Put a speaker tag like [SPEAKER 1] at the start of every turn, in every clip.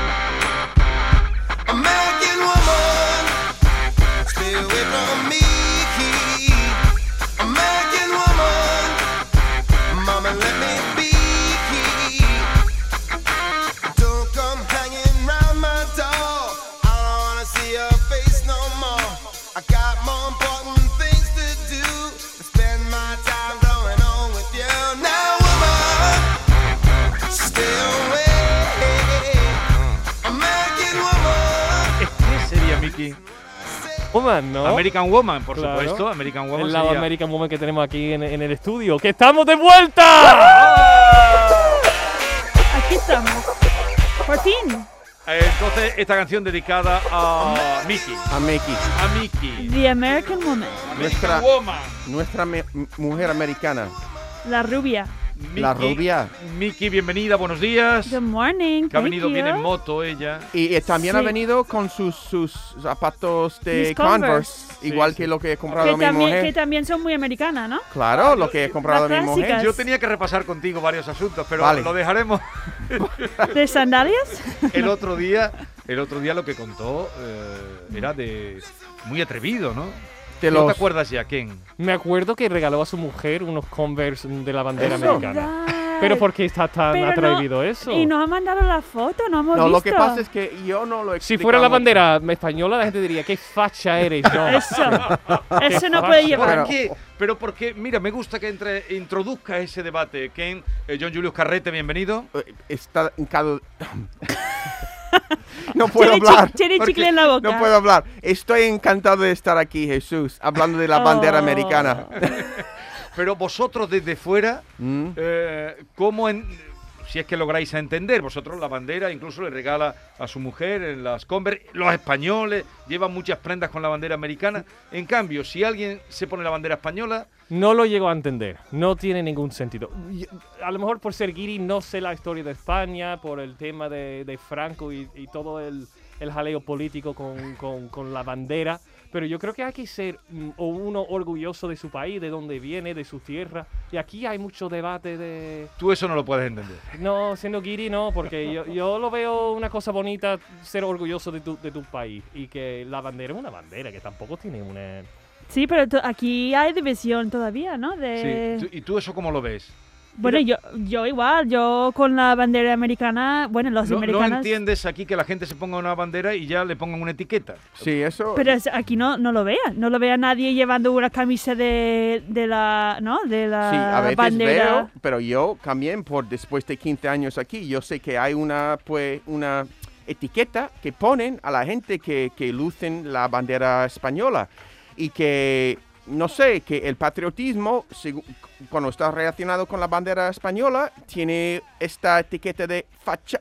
[SPEAKER 1] American woman, stay away from me. American woman, mama, let me be. Don't come hanging round my door. I don't wanna see your face no more. I got more important things to do. than Spend my time going on with you now, woman. Stay away, American woman.
[SPEAKER 2] ¿Qué sería, Mickey?
[SPEAKER 3] Woman, ¿no?
[SPEAKER 2] American Woman, por
[SPEAKER 3] Claro.
[SPEAKER 2] supuesto. American Woman
[SPEAKER 3] el lado
[SPEAKER 2] sería-
[SPEAKER 3] American Woman que tenemos aquí en, en el estudio. ¡Que estamos de vuelta!
[SPEAKER 4] Aquí estamos. Por fin.
[SPEAKER 2] Eh, Entonces, esta canción dedicada a Mickey.
[SPEAKER 5] A Meki,
[SPEAKER 2] A Mickey.
[SPEAKER 4] The American Woman.
[SPEAKER 5] Nuestra-
[SPEAKER 2] American Woman.
[SPEAKER 5] nuestra me- m- mujer americana,
[SPEAKER 4] La rubia.
[SPEAKER 5] la
[SPEAKER 2] Mickey-
[SPEAKER 5] rubia.
[SPEAKER 2] Mickey, bienvenida, buenos días.
[SPEAKER 4] Good morning.
[SPEAKER 2] Que ha
[SPEAKER 4] thank
[SPEAKER 2] venido
[SPEAKER 4] you.
[SPEAKER 2] bien en moto ella.
[SPEAKER 5] Y eh, también ha
[SPEAKER 4] Sí.
[SPEAKER 5] venido con sus, sus zapatos de
[SPEAKER 4] Mis Converse.
[SPEAKER 5] Converse, igual que lo que he comprado
[SPEAKER 4] Que
[SPEAKER 5] a mi
[SPEAKER 2] ¿eh?
[SPEAKER 4] también, que
[SPEAKER 5] mujer.
[SPEAKER 4] también son muy americanas, ¿no?
[SPEAKER 5] Claro, lo que he comprado a mi
[SPEAKER 4] Las
[SPEAKER 5] mujer.
[SPEAKER 4] clásicas.
[SPEAKER 2] Yo tenía que repasar contigo varios asuntos, pero
[SPEAKER 5] Vale.
[SPEAKER 2] lo dejaremos
[SPEAKER 4] ¿De sandalias?
[SPEAKER 2] el otro día. El otro día lo que contó eh, era de muy atrevido, ¿no?
[SPEAKER 5] De
[SPEAKER 2] ¿No
[SPEAKER 5] los,
[SPEAKER 2] te acuerdas ya quién?
[SPEAKER 3] Me acuerdo que regaló a su mujer unos Converse de la bandera
[SPEAKER 5] Eso.
[SPEAKER 3] americana.
[SPEAKER 4] Ay,
[SPEAKER 3] Pero ¿por qué está tan
[SPEAKER 4] pero no-
[SPEAKER 3] atrevido eso?
[SPEAKER 4] Y nos ha mandado la foto, no hemos
[SPEAKER 5] no,
[SPEAKER 4] visto.
[SPEAKER 5] lo que pasa es que yo no lo he
[SPEAKER 3] si fuera la bandera española, la gente diría, qué facha eres, ¿no?
[SPEAKER 4] Eso. Eso
[SPEAKER 3] Qué
[SPEAKER 4] no puede
[SPEAKER 3] facha.
[SPEAKER 2] ¿Por
[SPEAKER 4] llevar.
[SPEAKER 5] Pero-
[SPEAKER 2] qué? Pero porque, mira, me gusta que entre, introduzca ese debate. Ken, eh, John Julius Carrete, bienvenido.
[SPEAKER 5] Eh, Está hincado. no puedo
[SPEAKER 4] Tiene chi-
[SPEAKER 5] hablar.
[SPEAKER 4] tiene
[SPEAKER 5] porque
[SPEAKER 4] chicle en la boca.
[SPEAKER 5] No puedo hablar. Estoy encantado de estar aquí, Jesús, hablando de la bandera
[SPEAKER 4] Oh.
[SPEAKER 5] americana.
[SPEAKER 2] Pero vosotros desde fuera,
[SPEAKER 5] Mm.
[SPEAKER 2] eh, ¿cómo en- si es que lográis entender? Vosotros la bandera incluso le regala a su mujer en las Converse. Los españoles llevan muchas prendas con la bandera americana. En cambio, si alguien se pone la bandera española,
[SPEAKER 3] No lo llego a entender, no tiene ningún sentido. Y- A lo mejor por ser guiri no sé la historia de España, por el tema de, de Franco y, y todo el, el jaleo político con, con- con la bandera, pero yo creo que hay que ser mm, o uno orgulloso de su país, de donde viene, de su tierra, y aquí hay mucho debate de...
[SPEAKER 2] tú eso no lo puedes entender.
[SPEAKER 3] No, siendo guiri no, porque yo, yo lo veo una cosa bonita ser orgulloso de tu, de tu país y que la bandera es una bandera, que tampoco tiene una...
[SPEAKER 4] Sí, pero to- aquí hay división todavía, ¿no? De...
[SPEAKER 2] Sí. ¿Tú- ¿Y tú eso cómo lo ves?
[SPEAKER 4] Bueno, yo, yo igual, yo con la bandera americana, bueno, los
[SPEAKER 2] No, no
[SPEAKER 4] americanos...
[SPEAKER 2] entiendes aquí que la gente se ponga una bandera y ya le pongan una etiqueta.
[SPEAKER 5] Sí, eso.
[SPEAKER 4] Pero es- aquí no, no lo vea, no lo vea nadie llevando una camisa de, de la, ¿no? De la
[SPEAKER 5] Sí, a veces
[SPEAKER 4] bandera.
[SPEAKER 5] veo, pero yo también, por después de 15 años aquí, yo sé que hay una, pues, una etiqueta que ponen a la gente que, que lucen la bandera española y que, no sé, que el patriotismo, segu- cuando está relacionado con la bandera española, tiene esta etiqueta de facha,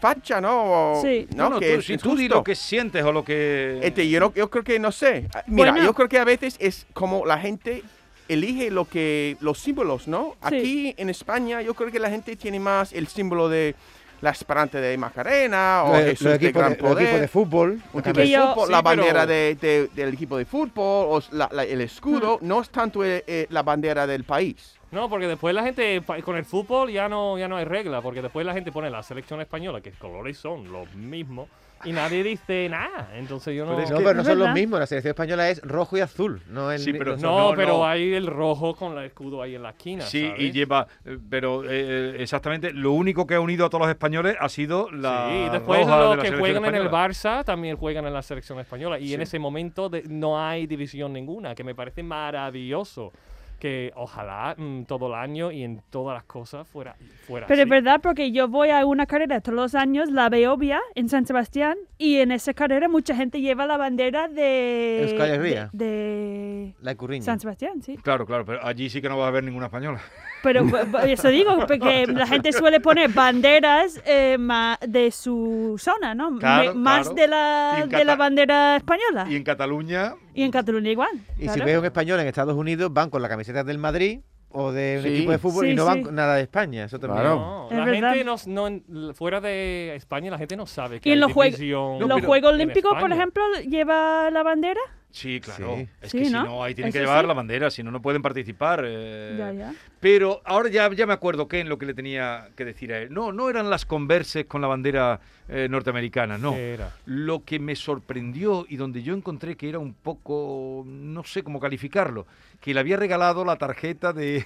[SPEAKER 5] facha ¿no? O-
[SPEAKER 4] Sí.
[SPEAKER 5] ¿no?
[SPEAKER 2] Bueno,
[SPEAKER 5] que
[SPEAKER 2] tú,
[SPEAKER 5] es
[SPEAKER 2] si tú di lo
[SPEAKER 5] injusto.
[SPEAKER 2] que sientes o lo que...
[SPEAKER 5] Este, yo, no- yo creo que no sé. Ah, Mira,
[SPEAKER 4] Bueno.
[SPEAKER 5] yo creo que a veces es como la gente elige lo que los símbolos, ¿no?
[SPEAKER 4] Sí.
[SPEAKER 5] Aquí en España yo creo que la gente tiene más el símbolo de la Esperanza de Macarena o
[SPEAKER 2] Oh,
[SPEAKER 6] Los- los
[SPEAKER 5] Jesús de
[SPEAKER 6] equipos
[SPEAKER 5] Gran
[SPEAKER 6] de- los
[SPEAKER 5] Poder,
[SPEAKER 6] equipos de fútbol.
[SPEAKER 5] un
[SPEAKER 6] también.
[SPEAKER 5] tipo de
[SPEAKER 4] Que yo-
[SPEAKER 5] fútbol,
[SPEAKER 3] Sí,
[SPEAKER 5] la bandera
[SPEAKER 3] pero-
[SPEAKER 5] de- de- del equipo de fútbol o s- la- la- el escudo,
[SPEAKER 4] Mm.
[SPEAKER 5] no es tanto eh, eh, la bandera del país.
[SPEAKER 3] No, porque después la gente pa- con el fútbol ya no ya no hay regla, porque después la gente pone la selección española, que colores son los mismos, y nadie dice nada. Entonces yo no.
[SPEAKER 6] No,
[SPEAKER 2] Pero es
[SPEAKER 6] pero
[SPEAKER 2] que-
[SPEAKER 6] no, son los
[SPEAKER 4] ¿Verdad?
[SPEAKER 6] mismos. La selección española es rojo y azul. No es
[SPEAKER 2] Sí,
[SPEAKER 6] ni-
[SPEAKER 2] pero-
[SPEAKER 3] no,
[SPEAKER 2] no,
[SPEAKER 3] pero
[SPEAKER 2] no.
[SPEAKER 3] hay el rojo con el escudo ahí en la esquina.
[SPEAKER 2] Sí,
[SPEAKER 3] ¿sabes?
[SPEAKER 2] y lleva... eh, Pero eh, exactamente, lo único que ha unido a todos los españoles ha sido la...
[SPEAKER 3] Sí, y después
[SPEAKER 2] roja de
[SPEAKER 3] los
[SPEAKER 2] la
[SPEAKER 3] que
[SPEAKER 2] selección
[SPEAKER 3] juegan en el
[SPEAKER 2] española.
[SPEAKER 3] Barça también juegan en la selección española. Y en ese momento de- no hay división ninguna, que me parece maravilloso. Que ojalá mm, todo el año y en todas las cosas fuera, fuera
[SPEAKER 4] Pero es
[SPEAKER 3] así.
[SPEAKER 4] verdad, porque yo voy a una carrera todos los años, la Beovia, en San Sebastián, y en esa carrera mucha gente lleva la bandera de...
[SPEAKER 6] Euskal Herria.
[SPEAKER 4] De,
[SPEAKER 6] La
[SPEAKER 4] de
[SPEAKER 6] curriña.
[SPEAKER 4] San Sebastián, sí.
[SPEAKER 2] Claro, claro, pero allí sí que no vas a ver ninguna española.
[SPEAKER 4] Pero bu- bu- eso digo, porque la gente suele poner banderas eh, ma- de su zona, ¿no? Me-
[SPEAKER 2] Claro,
[SPEAKER 4] más
[SPEAKER 2] claro.
[SPEAKER 4] de
[SPEAKER 2] Y
[SPEAKER 4] la,
[SPEAKER 2] en
[SPEAKER 4] de la
[SPEAKER 2] Cata-
[SPEAKER 4] bandera española.
[SPEAKER 2] Y en Cataluña...
[SPEAKER 4] Y en Cataluña igual.
[SPEAKER 6] Y si
[SPEAKER 4] claro.
[SPEAKER 6] ves un español en Estados Unidos, van con la camiseta del Madrid o de un
[SPEAKER 5] Sí.
[SPEAKER 6] equipo de fútbol
[SPEAKER 4] Sí,
[SPEAKER 6] y no van
[SPEAKER 4] sí.
[SPEAKER 6] con nada de España. Eso también.
[SPEAKER 5] Claro.
[SPEAKER 3] No,
[SPEAKER 4] Es
[SPEAKER 3] la
[SPEAKER 4] verdad.
[SPEAKER 3] gente no, no en- fuera de España la gente no sabe que
[SPEAKER 4] Y en
[SPEAKER 3] hay
[SPEAKER 4] los jue-
[SPEAKER 3] división
[SPEAKER 4] Los
[SPEAKER 3] en
[SPEAKER 4] Juegos Olímpicos, por
[SPEAKER 3] España.
[SPEAKER 4] ejemplo, lleva la bandera.
[SPEAKER 2] Sí, claro.
[SPEAKER 6] Sí.
[SPEAKER 2] Es
[SPEAKER 4] Sí,
[SPEAKER 2] que si
[SPEAKER 4] ¿no?
[SPEAKER 2] no, ahí tienen que
[SPEAKER 4] Eso
[SPEAKER 2] llevar
[SPEAKER 4] sí.
[SPEAKER 2] la bandera, si no, no pueden participar. eh.
[SPEAKER 4] Ya, ya.
[SPEAKER 2] Pero ahora ya, ya me acuerdo qué en lo que le tenía que decir a él. No, no eran las converses con la bandera eh, norteamericana, no.
[SPEAKER 3] Era.
[SPEAKER 2] Lo que me sorprendió y donde yo encontré que era un poco, no sé cómo calificarlo, que le había regalado la tarjeta de,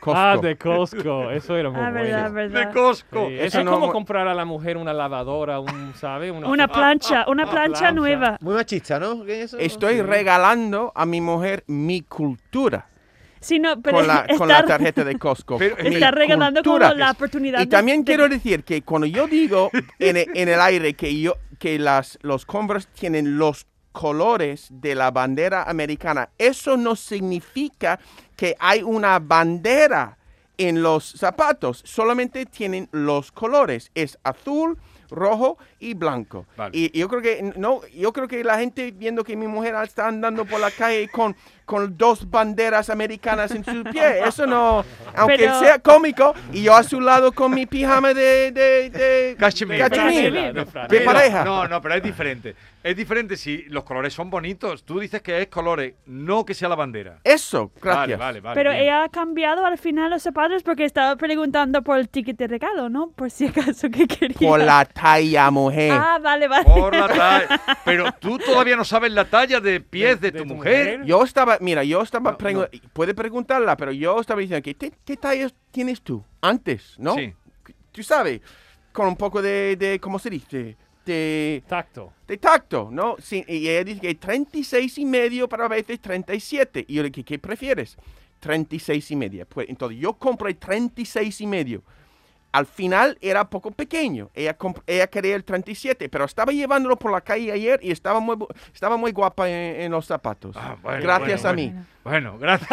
[SPEAKER 5] Costco.
[SPEAKER 3] Ah, de Costco. Eso era muy
[SPEAKER 4] Ah,
[SPEAKER 3] bueno.
[SPEAKER 4] verdad, verdad.
[SPEAKER 2] de Costco.
[SPEAKER 3] Sí,
[SPEAKER 5] Eso
[SPEAKER 3] Eso es
[SPEAKER 5] no
[SPEAKER 3] como
[SPEAKER 5] mo-
[SPEAKER 3] comprar a la mujer una lavadora, un, ¿sabes? Una,
[SPEAKER 4] Una plancha, una
[SPEAKER 3] Ah,
[SPEAKER 4] plancha
[SPEAKER 3] plancha.
[SPEAKER 4] nueva.
[SPEAKER 6] Muy machista, ¿no? ¿Qué
[SPEAKER 4] Oh,
[SPEAKER 6] es eso?
[SPEAKER 5] Estoy regalando a mi mujer mi cultura
[SPEAKER 4] Sí, no, pero
[SPEAKER 5] con la, con la
[SPEAKER 4] está-
[SPEAKER 5] tarjeta de Costco.
[SPEAKER 2] Pero-
[SPEAKER 5] Mi
[SPEAKER 4] Está regalando
[SPEAKER 5] cultura.
[SPEAKER 4] como la oportunidad.
[SPEAKER 5] Y
[SPEAKER 4] de-
[SPEAKER 5] también
[SPEAKER 4] de-
[SPEAKER 5] quiero decir que cuando yo digo en e- en el, aire que yo que las los Converse tienen los colores de la bandera americana, eso no significa que hay una bandera en los zapatos, solamente tienen los colores, es azul, rojo y blanco.
[SPEAKER 2] Vale.
[SPEAKER 5] Y y yo creo que no, yo creo que la gente viendo que mi mujer está andando por la calle con con dos banderas americanas en su pie, eso no, aunque
[SPEAKER 4] Pero-
[SPEAKER 5] sea cómico y yo a su lado con mi pijama de, de, de
[SPEAKER 2] Cachemir.
[SPEAKER 4] Cachemir.
[SPEAKER 3] De
[SPEAKER 5] ¿Qué
[SPEAKER 2] Pero-
[SPEAKER 3] Ah, franela.
[SPEAKER 5] pareja?
[SPEAKER 2] No, no, pero es diferente. Es diferente si los colores son bonitos. Tú dices que es colores, no que sea la bandera.
[SPEAKER 5] Eso, gracias.
[SPEAKER 2] Vale, vale, vale.
[SPEAKER 4] Pero
[SPEAKER 2] bien.
[SPEAKER 4] ella ha cambiado al final los zapatos porque estaba preguntando por el ticket de regalo, ¿no? Por si acaso que quería.
[SPEAKER 5] Por la E. talla, mujer.
[SPEAKER 4] Ah, vale, vale.
[SPEAKER 2] Por la talla. Pero tú todavía no sabes la talla de pies de,
[SPEAKER 3] de
[SPEAKER 2] tu
[SPEAKER 3] tu
[SPEAKER 2] mujer.
[SPEAKER 3] mujer.
[SPEAKER 5] Yo estaba, mira, yo estaba,
[SPEAKER 2] No,
[SPEAKER 5] pregu- puede preguntarla, pero yo estaba diciendo que ¿qué, qué tallas tienes tú antes, no?
[SPEAKER 2] Sí.
[SPEAKER 5] Tú sabes, con un poco de, de ¿cómo se dice? De,
[SPEAKER 3] Tacto.
[SPEAKER 5] de tacto, ¿no? Sí, y ella dice que 36 y medio para a veces 37. Y yo le dije, ¿qué prefieres? 36 y media. Pues entonces yo compré 36 y medio. Al final era poco pequeño. Ella, comp- ella quería el 37, pero estaba llevándolo por la calle ayer y estaba muy, bu- estaba muy guapa en, en los zapatos.
[SPEAKER 2] Ah, bueno,
[SPEAKER 5] Gracias
[SPEAKER 2] bueno,
[SPEAKER 5] a mí.
[SPEAKER 2] Bueno, gracias.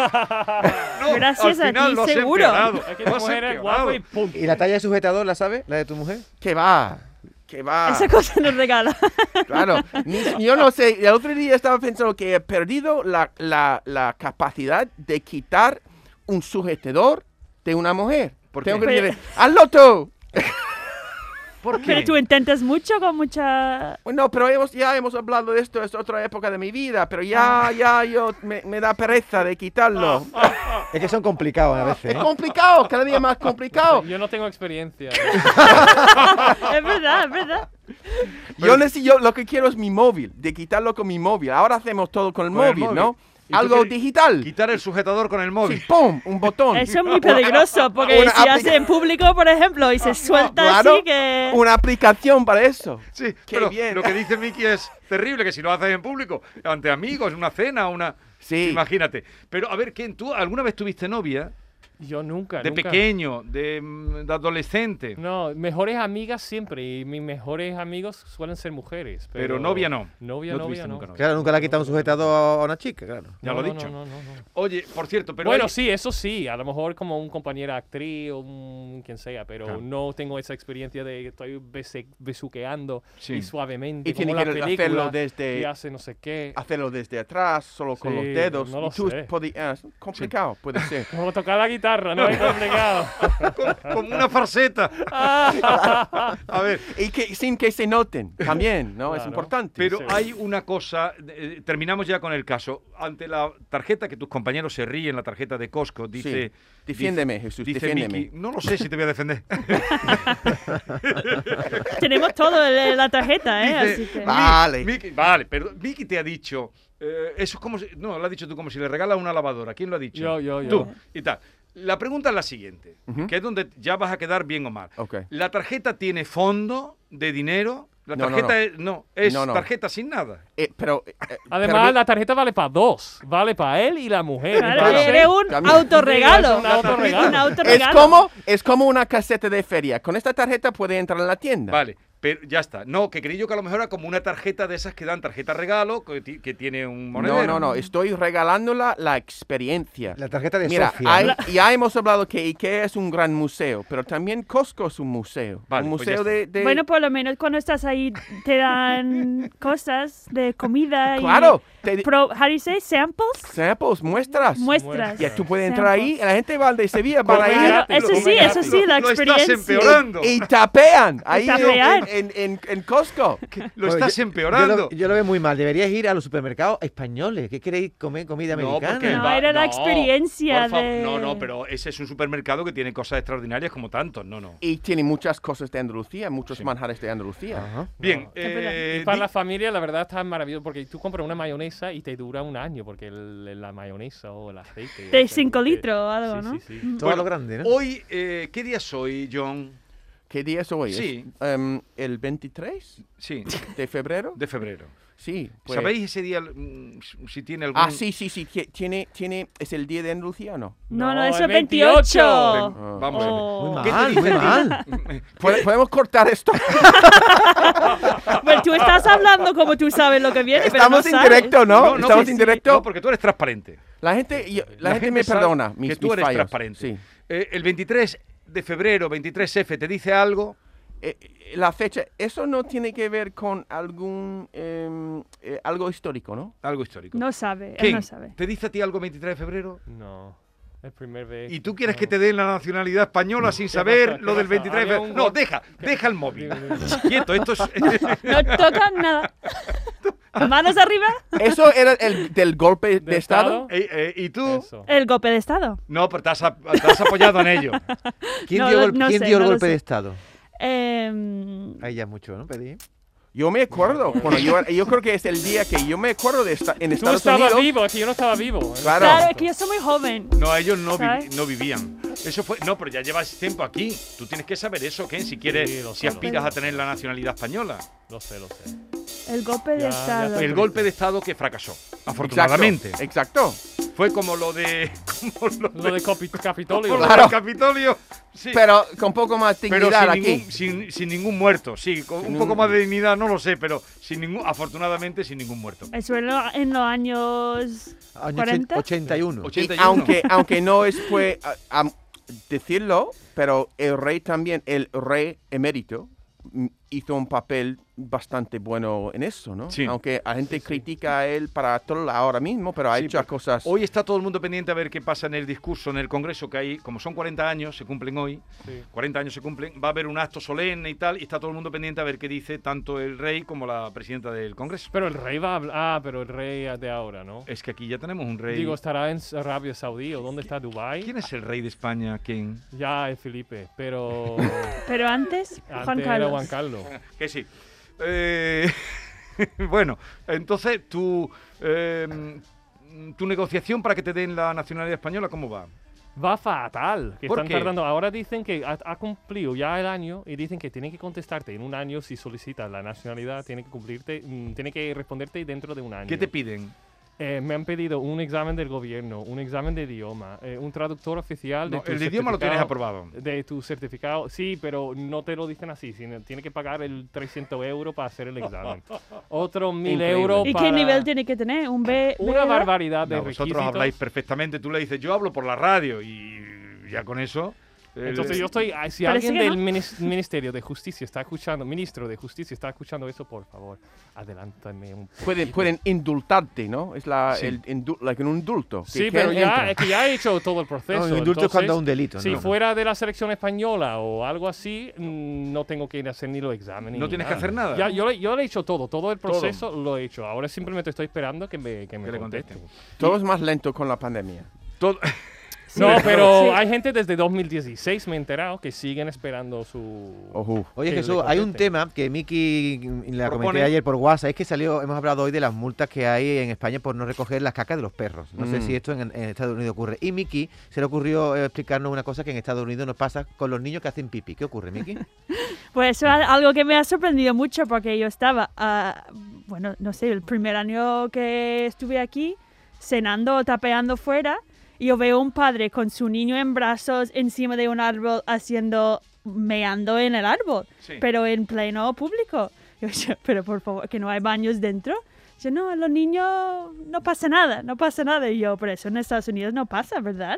[SPEAKER 2] No,
[SPEAKER 4] Gracias
[SPEAKER 2] al
[SPEAKER 4] a
[SPEAKER 2] final
[SPEAKER 4] ti,
[SPEAKER 2] lo has
[SPEAKER 4] seguro.
[SPEAKER 2] empeorado,
[SPEAKER 3] Es que
[SPEAKER 2] lo
[SPEAKER 3] tu
[SPEAKER 2] has
[SPEAKER 3] mujer es
[SPEAKER 2] empeorado.
[SPEAKER 3] guapa y punto.
[SPEAKER 6] ¿Y la talla de sujetador la sabe? ¿La de tu mujer?
[SPEAKER 5] ¿Qué va? ¿Qué va?
[SPEAKER 4] Esa cosa nos regala.
[SPEAKER 5] Claro, Ni- yo no sé, el otro día estaba pensando que he perdido la, la- la capacidad de quitar un sujetador de una mujer.
[SPEAKER 2] ¿Por
[SPEAKER 5] Tengo
[SPEAKER 2] qué?
[SPEAKER 5] que
[SPEAKER 4] Pero-
[SPEAKER 5] decirle, ¡al loto!
[SPEAKER 2] ¿Por qué?
[SPEAKER 4] Pero tú intentas mucho con mucha.
[SPEAKER 5] No, pero hemos, ya hemos hablado de esto, es otra época de mi vida, pero
[SPEAKER 2] Ah.
[SPEAKER 5] ya, ya, yo, me, me da pereza de quitarlo.
[SPEAKER 6] Es que son complicados a veces.
[SPEAKER 5] Es
[SPEAKER 6] ¿eh?
[SPEAKER 5] complicado, cada día más complicado.
[SPEAKER 3] Yo no tengo experiencia.
[SPEAKER 4] Es verdad, es verdad.
[SPEAKER 5] Yo necesito, yo lo que quiero es mi móvil, de quitarlo con mi móvil. Ahora hacemos todo con el,
[SPEAKER 2] Con el
[SPEAKER 5] móvil,
[SPEAKER 2] móvil.
[SPEAKER 5] ¿no?
[SPEAKER 2] ¿Y tú
[SPEAKER 5] Algo
[SPEAKER 2] quieres
[SPEAKER 5] digital.
[SPEAKER 2] Quitar el sujetador con el móvil.
[SPEAKER 5] Sí, ¡pum! Un botón.
[SPEAKER 4] Eso es muy peligroso porque
[SPEAKER 5] Una
[SPEAKER 4] si
[SPEAKER 5] aplica- Ah,
[SPEAKER 4] hace en público, por ejemplo, y se suelta
[SPEAKER 5] Claro,
[SPEAKER 4] así que.
[SPEAKER 5] una aplicación para eso.
[SPEAKER 2] Sí,
[SPEAKER 5] Qué
[SPEAKER 2] pero
[SPEAKER 5] bien.
[SPEAKER 2] lo que dice Miki es terrible, que si lo haces en público, ante amigos, en una cena, una...
[SPEAKER 5] Sí.
[SPEAKER 2] Imagínate. Pero a ver, ¿quién tú alguna vez tuviste novia?
[SPEAKER 3] Yo nunca.
[SPEAKER 2] De
[SPEAKER 3] nunca.
[SPEAKER 2] pequeño, de, mm, de adolescente.
[SPEAKER 3] No, mejores amigas siempre. Y mis mejores amigos suelen ser mujeres. Pero,
[SPEAKER 2] Pero novia no.
[SPEAKER 3] Novia,
[SPEAKER 2] No
[SPEAKER 3] novia
[SPEAKER 2] tuviste
[SPEAKER 3] no.
[SPEAKER 2] nunca novia.
[SPEAKER 6] Claro, nunca le ha quitado un sujetador a una chica, claro.
[SPEAKER 2] Ya
[SPEAKER 3] No,
[SPEAKER 2] lo he
[SPEAKER 3] no,
[SPEAKER 2] dicho.
[SPEAKER 3] no, no, no, no.
[SPEAKER 2] Oye, por cierto, pero...
[SPEAKER 3] bueno,
[SPEAKER 2] hay-
[SPEAKER 3] sí, eso sí. A lo mejor como un compañero actriz o un quien sea, pero
[SPEAKER 2] Claro.
[SPEAKER 3] no tengo esa experiencia de que estoy bese- besuqueando
[SPEAKER 2] Sí.
[SPEAKER 3] y suavemente.
[SPEAKER 5] Y tiene
[SPEAKER 3] como
[SPEAKER 5] que
[SPEAKER 3] la
[SPEAKER 5] hacerlo
[SPEAKER 3] película,
[SPEAKER 5] desde-
[SPEAKER 3] Y hace no sé qué.
[SPEAKER 2] Ah.
[SPEAKER 5] hacerlo desde atrás, solo con los
[SPEAKER 3] Sí,
[SPEAKER 5] dedos.
[SPEAKER 3] no lo
[SPEAKER 5] y tú
[SPEAKER 3] sé.
[SPEAKER 5] podi- ah, es complicado, puede ser.
[SPEAKER 3] Como tocar la guitarra, no es complicado.
[SPEAKER 2] Como una farseta. A ver,
[SPEAKER 5] y que, sin que se noten también, ¿no? Es
[SPEAKER 3] Claro.
[SPEAKER 5] importante.
[SPEAKER 2] pero
[SPEAKER 3] sí.
[SPEAKER 2] hay una cosa, eh, terminamos ya con el caso. Ante la tarjeta que tus compañeros se ríen, la tarjeta de Costco,
[SPEAKER 5] Sí.
[SPEAKER 2] dice...
[SPEAKER 5] Defiéndeme, Jesús,
[SPEAKER 2] dice
[SPEAKER 5] defiéndeme.
[SPEAKER 2] Miki, no lo sé si te voy a defender.
[SPEAKER 4] Tenemos todo el- la tarjeta, ¿eh?
[SPEAKER 2] Dice,
[SPEAKER 4] Así que.
[SPEAKER 5] Va. Vale.
[SPEAKER 2] Miki, vale, pero Miki te ha dicho. eh, eso es como. si- no, lo has dicho tú, como si le regalas una lavadora. ¿Quién lo ha dicho?
[SPEAKER 3] Yo, yo, yo.
[SPEAKER 2] Tú. Y tal. La pregunta es la siguiente,
[SPEAKER 5] Ujú.
[SPEAKER 2] que es donde ya vas a quedar bien o mal.
[SPEAKER 5] Ok.
[SPEAKER 2] ¿La tarjeta tiene fondo de dinero? La
[SPEAKER 5] No, no,
[SPEAKER 2] tarjeta
[SPEAKER 5] no.
[SPEAKER 2] es- no, es
[SPEAKER 5] No, no.
[SPEAKER 2] tarjeta sin nada.
[SPEAKER 5] Eh, pero, eh, eh,
[SPEAKER 3] Además,
[SPEAKER 5] pero-
[SPEAKER 3] la tarjeta vale para dos. Vale para él y la mujer.
[SPEAKER 4] Claro,
[SPEAKER 3] Entonces,
[SPEAKER 4] era un
[SPEAKER 5] también.
[SPEAKER 4] autorregalo.
[SPEAKER 3] Es un autorregalo.
[SPEAKER 4] Un
[SPEAKER 5] es
[SPEAKER 4] autorregalo.
[SPEAKER 5] como, es como una caseta de feria. Con esta tarjeta puede entrar en la tienda.
[SPEAKER 2] Vale, pero ya está. No, que creí yo que a lo mejor era como una tarjeta de esas que dan tarjeta regalo, que, ti- que tiene un
[SPEAKER 5] No,
[SPEAKER 2] monedero.
[SPEAKER 5] no, no. Estoy regalándola la experiencia.
[SPEAKER 6] La tarjeta de
[SPEAKER 5] Mira,
[SPEAKER 6] Sofía.
[SPEAKER 5] hay-
[SPEAKER 6] ¿no?
[SPEAKER 5] ya hemos hablado que IKEA es un gran museo, pero también Costco es un museo.
[SPEAKER 2] Vale,
[SPEAKER 5] un
[SPEAKER 2] pues ya
[SPEAKER 5] museo de, de-
[SPEAKER 4] Bueno, por lo menos cuando estás ahí te dan cosas de comida. y-
[SPEAKER 5] Claro, te-
[SPEAKER 4] Pro, how do you say? Samples?
[SPEAKER 5] samples, muestras.
[SPEAKER 4] Muestras.
[SPEAKER 5] Ya tú puedes entrar ahí, la gente va de Sevilla
[SPEAKER 3] Comer
[SPEAKER 5] para
[SPEAKER 4] Claro,
[SPEAKER 5] ir
[SPEAKER 3] gratis,
[SPEAKER 4] eso
[SPEAKER 3] comer
[SPEAKER 4] sí, eso
[SPEAKER 3] gratis.
[SPEAKER 4] sí, la
[SPEAKER 2] Lo estás
[SPEAKER 4] experiencia.
[SPEAKER 2] empeorando.
[SPEAKER 5] y tapean. Ahí en-
[SPEAKER 4] tapean.
[SPEAKER 5] en- en, en- en Costco.
[SPEAKER 2] Lo
[SPEAKER 6] Bueno,
[SPEAKER 2] estás
[SPEAKER 6] yo-
[SPEAKER 2] empeorando.
[SPEAKER 6] Yo lo, yo lo veo muy mal. Deberías ir a los supermercados españoles. ¿Qué queréis comer comida
[SPEAKER 2] No,
[SPEAKER 6] americana?
[SPEAKER 2] porque
[SPEAKER 4] No,
[SPEAKER 2] va-
[SPEAKER 4] era la
[SPEAKER 2] no,
[SPEAKER 4] experiencia
[SPEAKER 2] por favor.
[SPEAKER 4] de-
[SPEAKER 2] No, no, pero ese es un supermercado que tiene cosas extraordinarias como tantos, no, no.
[SPEAKER 5] Y tiene muchas cosas de Andalucía, muchos manjares de Andalucía.
[SPEAKER 6] Ajá.
[SPEAKER 2] Bien,
[SPEAKER 4] Qué
[SPEAKER 2] eh,
[SPEAKER 3] Y para
[SPEAKER 2] di-
[SPEAKER 3] la familia, la verdad, está maravilloso porque tú compras una mayonesa y te dura un año porque el- la mayonesa o el aceite.
[SPEAKER 4] De
[SPEAKER 3] o sea,
[SPEAKER 4] 5
[SPEAKER 3] que-
[SPEAKER 4] litros o algo,
[SPEAKER 3] sí,
[SPEAKER 4] ¿no?
[SPEAKER 3] sí, sí.
[SPEAKER 6] Todo
[SPEAKER 2] Bueno,
[SPEAKER 6] lo grande, ¿no?
[SPEAKER 2] hoy, eh, ¿qué día soy, John?
[SPEAKER 5] ¿Qué día es hoy? Es,
[SPEAKER 2] Sí.
[SPEAKER 5] em, ¿El 23
[SPEAKER 2] Sí,
[SPEAKER 5] de febrero?
[SPEAKER 2] de febrero.
[SPEAKER 5] Sí. pues-
[SPEAKER 2] ¿Sabéis ese día mm, si- si tiene algún...?
[SPEAKER 5] Ah, sí, sí, sí. tie- Tiene, tiene, ¿Es el día de Andalucía o no?
[SPEAKER 4] No,
[SPEAKER 3] No,
[SPEAKER 4] no, eso
[SPEAKER 3] el
[SPEAKER 4] es 28.
[SPEAKER 2] Ven, Eh, Vamos.
[SPEAKER 4] Oh.
[SPEAKER 6] Muy
[SPEAKER 2] ¿Qué te
[SPEAKER 6] mal,
[SPEAKER 2] dice
[SPEAKER 6] muy
[SPEAKER 2] a ti?
[SPEAKER 6] mal.
[SPEAKER 5] ¿Pode- ¿Podemos cortar esto?
[SPEAKER 4] Bueno, Pues tú estás hablando como tú sabes lo que viene, pero no
[SPEAKER 5] Estamos en
[SPEAKER 4] sabes.
[SPEAKER 5] directo, ¿no? Estamos
[SPEAKER 2] porque-
[SPEAKER 5] en directo.
[SPEAKER 2] No, porque tú eres transparente.
[SPEAKER 5] La gente, yo- la, gente, me
[SPEAKER 2] sabe
[SPEAKER 5] perdona.
[SPEAKER 2] que
[SPEAKER 5] Mis,
[SPEAKER 2] tú
[SPEAKER 5] mis
[SPEAKER 2] eres
[SPEAKER 5] fallos.
[SPEAKER 2] transparente.
[SPEAKER 5] Sí.
[SPEAKER 2] Eh, el 23 de febrero, 23F, ¿te dice algo?
[SPEAKER 5] Eh, eh, la fecha, eso no tiene que ver con algún em, eh, algo histórico, ¿no?
[SPEAKER 2] Algo histórico.
[SPEAKER 4] No sabe, él
[SPEAKER 2] ¿Quién?
[SPEAKER 4] no sabe.
[SPEAKER 2] ¿Te dice a ti algo 23 de febrero?
[SPEAKER 4] Mm.
[SPEAKER 3] No, el primer vez.
[SPEAKER 2] ¿Y tú quieres que te den la nacionalidad española sin saber
[SPEAKER 3] pasa?
[SPEAKER 2] lo
[SPEAKER 3] ¿Qué
[SPEAKER 2] del
[SPEAKER 3] pasa?
[SPEAKER 2] 23 de
[SPEAKER 3] Había
[SPEAKER 2] febrero?
[SPEAKER 3] un
[SPEAKER 2] No,
[SPEAKER 3] gol-
[SPEAKER 2] deja, deja el móvil.
[SPEAKER 3] Dime, dime.
[SPEAKER 2] Quieto, esto es... eh,
[SPEAKER 4] No tocan nada. Manos arriba,
[SPEAKER 5] Eso era el del golpe de,
[SPEAKER 3] ¿De Estado?
[SPEAKER 5] estado.
[SPEAKER 2] Eh, eh, ¿Y tú?
[SPEAKER 3] Eso.
[SPEAKER 4] el golpe de Estado.
[SPEAKER 2] No, pero te has, ap- te has apoyado en ello.
[SPEAKER 6] ¿Quién
[SPEAKER 4] No
[SPEAKER 6] dio,
[SPEAKER 4] lo-
[SPEAKER 6] gol-
[SPEAKER 4] no
[SPEAKER 6] quién
[SPEAKER 4] sé,
[SPEAKER 6] dio el
[SPEAKER 4] no lo
[SPEAKER 6] golpe
[SPEAKER 4] sé.
[SPEAKER 6] de Estado?
[SPEAKER 4] Em,
[SPEAKER 6] Ahí ya es mucho, ¿no? Pedí.
[SPEAKER 5] Yo me acuerdo. Bueno, yo, yo creo que es el día que yo me acuerdo de esta, en
[SPEAKER 3] Tú
[SPEAKER 5] Estados
[SPEAKER 3] estabas
[SPEAKER 5] Unidos.
[SPEAKER 3] vivo, es que yo no estaba vivo. en ese
[SPEAKER 5] Claro.
[SPEAKER 4] claro, es
[SPEAKER 3] momento.
[SPEAKER 4] que yo soy muy joven.
[SPEAKER 2] No, ellos no, vi-
[SPEAKER 4] ¿Sabes?
[SPEAKER 2] no vivían. Eso fue. No, pero ya llevas tiempo aquí. Tú tienes que saber eso, Ken, si quieres,
[SPEAKER 3] Sí, lo
[SPEAKER 2] si
[SPEAKER 3] sé, lo
[SPEAKER 2] aspiras
[SPEAKER 4] sé.
[SPEAKER 2] a tener la nacionalidad española.
[SPEAKER 3] Lo sé, lo sé.
[SPEAKER 4] El golpe
[SPEAKER 3] Ya,
[SPEAKER 4] de
[SPEAKER 3] ya
[SPEAKER 4] Estado.
[SPEAKER 3] estoy-
[SPEAKER 2] El golpe de estado que fracasó,
[SPEAKER 5] Exacto,
[SPEAKER 2] afortunadamente.
[SPEAKER 5] Exacto.
[SPEAKER 2] Fue como lo de. Como lo
[SPEAKER 3] Lo
[SPEAKER 2] de.
[SPEAKER 3] de Copi- Capitolio.
[SPEAKER 2] como lo
[SPEAKER 5] Claro.
[SPEAKER 2] del Capitolio. Sí.
[SPEAKER 5] Pero con poco más
[SPEAKER 2] Pero
[SPEAKER 5] dignidad
[SPEAKER 2] sin
[SPEAKER 5] aquí.
[SPEAKER 2] ningún, sin, sin ningún muerto, sí, con
[SPEAKER 5] Sin
[SPEAKER 2] un poco
[SPEAKER 5] ningún-
[SPEAKER 2] más de dignidad, no lo sé, pero sin ningún, afortunadamente sin ningún muerto.
[SPEAKER 4] Eso en, lo- en los años
[SPEAKER 6] Año
[SPEAKER 4] 40.
[SPEAKER 6] 81.
[SPEAKER 5] Y
[SPEAKER 2] 81.
[SPEAKER 5] aunque, aunque no es fue a- a- decirlo, pero el rey también, el rey emérito, mm, hizo un papel bastante bueno en eso, ¿no?
[SPEAKER 2] Sí.
[SPEAKER 5] Aunque la gente critica a él para todo ahora mismo, pero ha
[SPEAKER 2] Sí,
[SPEAKER 5] hecho cosas...
[SPEAKER 2] Hoy está todo el mundo pendiente a ver qué pasa en el discurso, en el Congreso, que hay, como son 40 años, se cumplen hoy,
[SPEAKER 3] Sí.
[SPEAKER 2] 40 años se cumplen, va a haber un acto solemne y tal, y está todo el mundo pendiente a ver qué dice tanto el rey como la presidenta del Congreso.
[SPEAKER 3] Pero el rey va a hablar. Ah, pero el rey de ahora, ¿no?
[SPEAKER 2] Es que aquí ya tenemos un rey.
[SPEAKER 3] Digo, estará en Arabia Saudí o dónde está Dubai.
[SPEAKER 2] ¿Quién es el rey de España, Ken?
[SPEAKER 3] Ya es Felipe, pero
[SPEAKER 4] Pero antes, Juan
[SPEAKER 3] antes era
[SPEAKER 4] Carlos.
[SPEAKER 3] Juan Carlos.
[SPEAKER 2] Que sí. Eh, bueno, entonces tu, eh, tu negociación para que te den la nacionalidad española, ¿cómo va?
[SPEAKER 3] Va fatal. Que
[SPEAKER 2] ¿Por
[SPEAKER 3] están
[SPEAKER 2] qué?
[SPEAKER 3] tardando. Ahora dicen que ha, ha cumplido ya el año y dicen que tienen que contestarte en un año si solicitas la nacionalidad. Tienen que cumplirte, mm, tienen que responderte dentro de un año.
[SPEAKER 2] ¿Qué te piden?
[SPEAKER 3] Eh, me han pedido un examen del gobierno, un examen de idioma, eh, un traductor oficial. De
[SPEAKER 2] No,
[SPEAKER 3] tu
[SPEAKER 2] el idioma lo tienes
[SPEAKER 3] certificado-
[SPEAKER 2] aprobado.
[SPEAKER 3] De tu certificado, sí, pero no te lo dicen así. sino Tienes que pagar el 300 euros para hacer el examen. Otro 1000
[SPEAKER 5] Increíble.
[SPEAKER 3] euros.
[SPEAKER 4] ¿Y qué
[SPEAKER 3] para-
[SPEAKER 4] nivel tiene que tener? ¿Un B?
[SPEAKER 3] Una
[SPEAKER 4] B2?
[SPEAKER 3] barbaridad de
[SPEAKER 2] No, vosotros
[SPEAKER 3] requisitos.
[SPEAKER 2] habláis perfectamente, tú le dices, yo hablo por la radio y ya con eso... eh, el-
[SPEAKER 3] Entonces yo estoy, ah, si
[SPEAKER 4] Parece
[SPEAKER 3] alguien
[SPEAKER 4] que
[SPEAKER 3] del
[SPEAKER 4] no.
[SPEAKER 3] minis- Ministerio de Justicia está escuchando, ministro de Justicia está escuchando eso, por favor, adelántame un poco.
[SPEAKER 5] Pueden, pueden indultarte, ¿no? Es la,
[SPEAKER 2] Sí.
[SPEAKER 5] el indu- like un indulto. que
[SPEAKER 3] Sí,
[SPEAKER 5] Ken
[SPEAKER 3] pero ya,
[SPEAKER 5] entra.
[SPEAKER 3] es que ya he hecho todo el proceso.
[SPEAKER 6] No, un indulto es
[SPEAKER 3] entonces,
[SPEAKER 6] cuando es un delito.
[SPEAKER 3] Si
[SPEAKER 6] ¿no?
[SPEAKER 2] pues.
[SPEAKER 3] fuera de la selección española o algo así, mm, no tengo que ir a hacer ni los exámenes.
[SPEAKER 2] No
[SPEAKER 3] ni
[SPEAKER 2] tienes que hacer nada.
[SPEAKER 3] Ya, yo, le- yo le he hecho todo, todo el
[SPEAKER 2] Todo.
[SPEAKER 3] proceso lo he hecho. Ahora simplemente estoy esperando que me, que me
[SPEAKER 2] Que le
[SPEAKER 3] contesten.
[SPEAKER 2] contesten.
[SPEAKER 5] Todo es más lento con la pandemia.
[SPEAKER 2] Todo-
[SPEAKER 3] No, pero
[SPEAKER 4] Sí.
[SPEAKER 3] hay gente desde 2016, me he enterado, que siguen esperando su...
[SPEAKER 5] Ojo.
[SPEAKER 6] Oye
[SPEAKER 3] que le
[SPEAKER 6] Jesús, hay un
[SPEAKER 3] contesten.
[SPEAKER 6] tema que Miki la
[SPEAKER 2] Propone.
[SPEAKER 6] comenté ayer por WhatsApp, es que salió, hemos hablado hoy de las multas que hay en España por no recoger las cacas de los perros. No sé
[SPEAKER 5] Mm.
[SPEAKER 6] si esto en, en Estados Unidos ocurre. Y Miki se le ocurrió eh, explicarnos una cosa que en Estados Unidos nos pasa con los niños que hacen pipí. ¿Qué ocurre, Miki?
[SPEAKER 4] Pues eso es algo que me ha sorprendido mucho porque yo estaba, ah, bueno, no sé, el primer año que estuve aquí, cenando o tapeando fuera, y yo veo un padre con su niño en brazos encima de un árbol haciendo, meando en el árbol,
[SPEAKER 2] Sí.
[SPEAKER 4] pero en pleno público. Yo decía, pero por favor, que no hay baños dentro. Yo, no, los niños no pasa nada, no pasa nada. Y yo, pero eso en Estados Unidos no pasa, ¿verdad?